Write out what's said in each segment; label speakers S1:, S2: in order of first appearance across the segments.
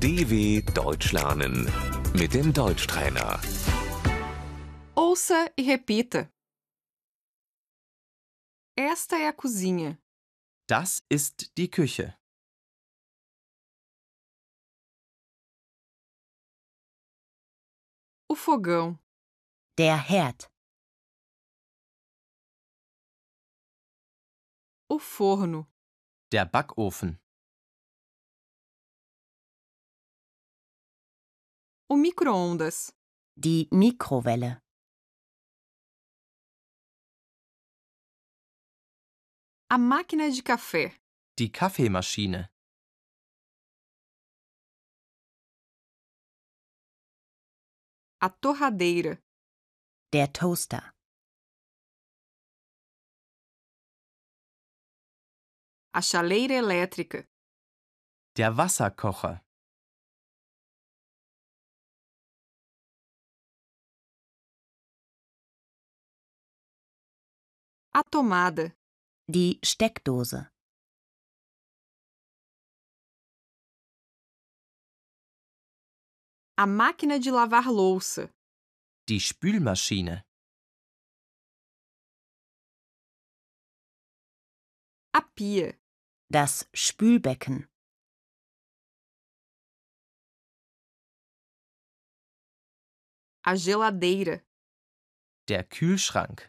S1: DW Deutsch lernen mit dem Deutschtrainer.
S2: Ouça e repita. Esta é a cozinha.
S3: Das ist die Küche.
S2: O fogão.
S4: Der Herd,
S2: O forno.
S3: Der Backofen.
S2: O micro-ondas.
S4: die Mikrowelle,
S2: A máquina de café.
S3: Die Kaffeemaschine.
S2: A torradeira.
S4: der Toaster,
S2: A chaleira elétrica.
S3: Der Wasserkocher.
S2: A tomada.
S4: die Steckdose,
S2: A máquina de lavar louça.
S3: Die Spülmaschine.
S2: A pia.
S4: das Spülbecken,
S2: A geladeira.
S3: Der Kühlschrank.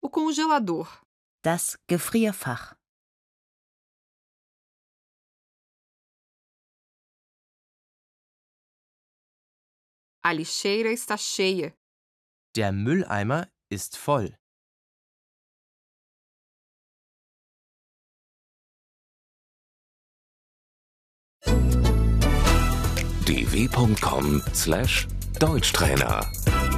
S2: O congelador.
S4: das Gefrierfach.
S2: A lixeira está cheia.
S3: Der Mülleimer ist voll.
S1: dw.com/deutschtrainer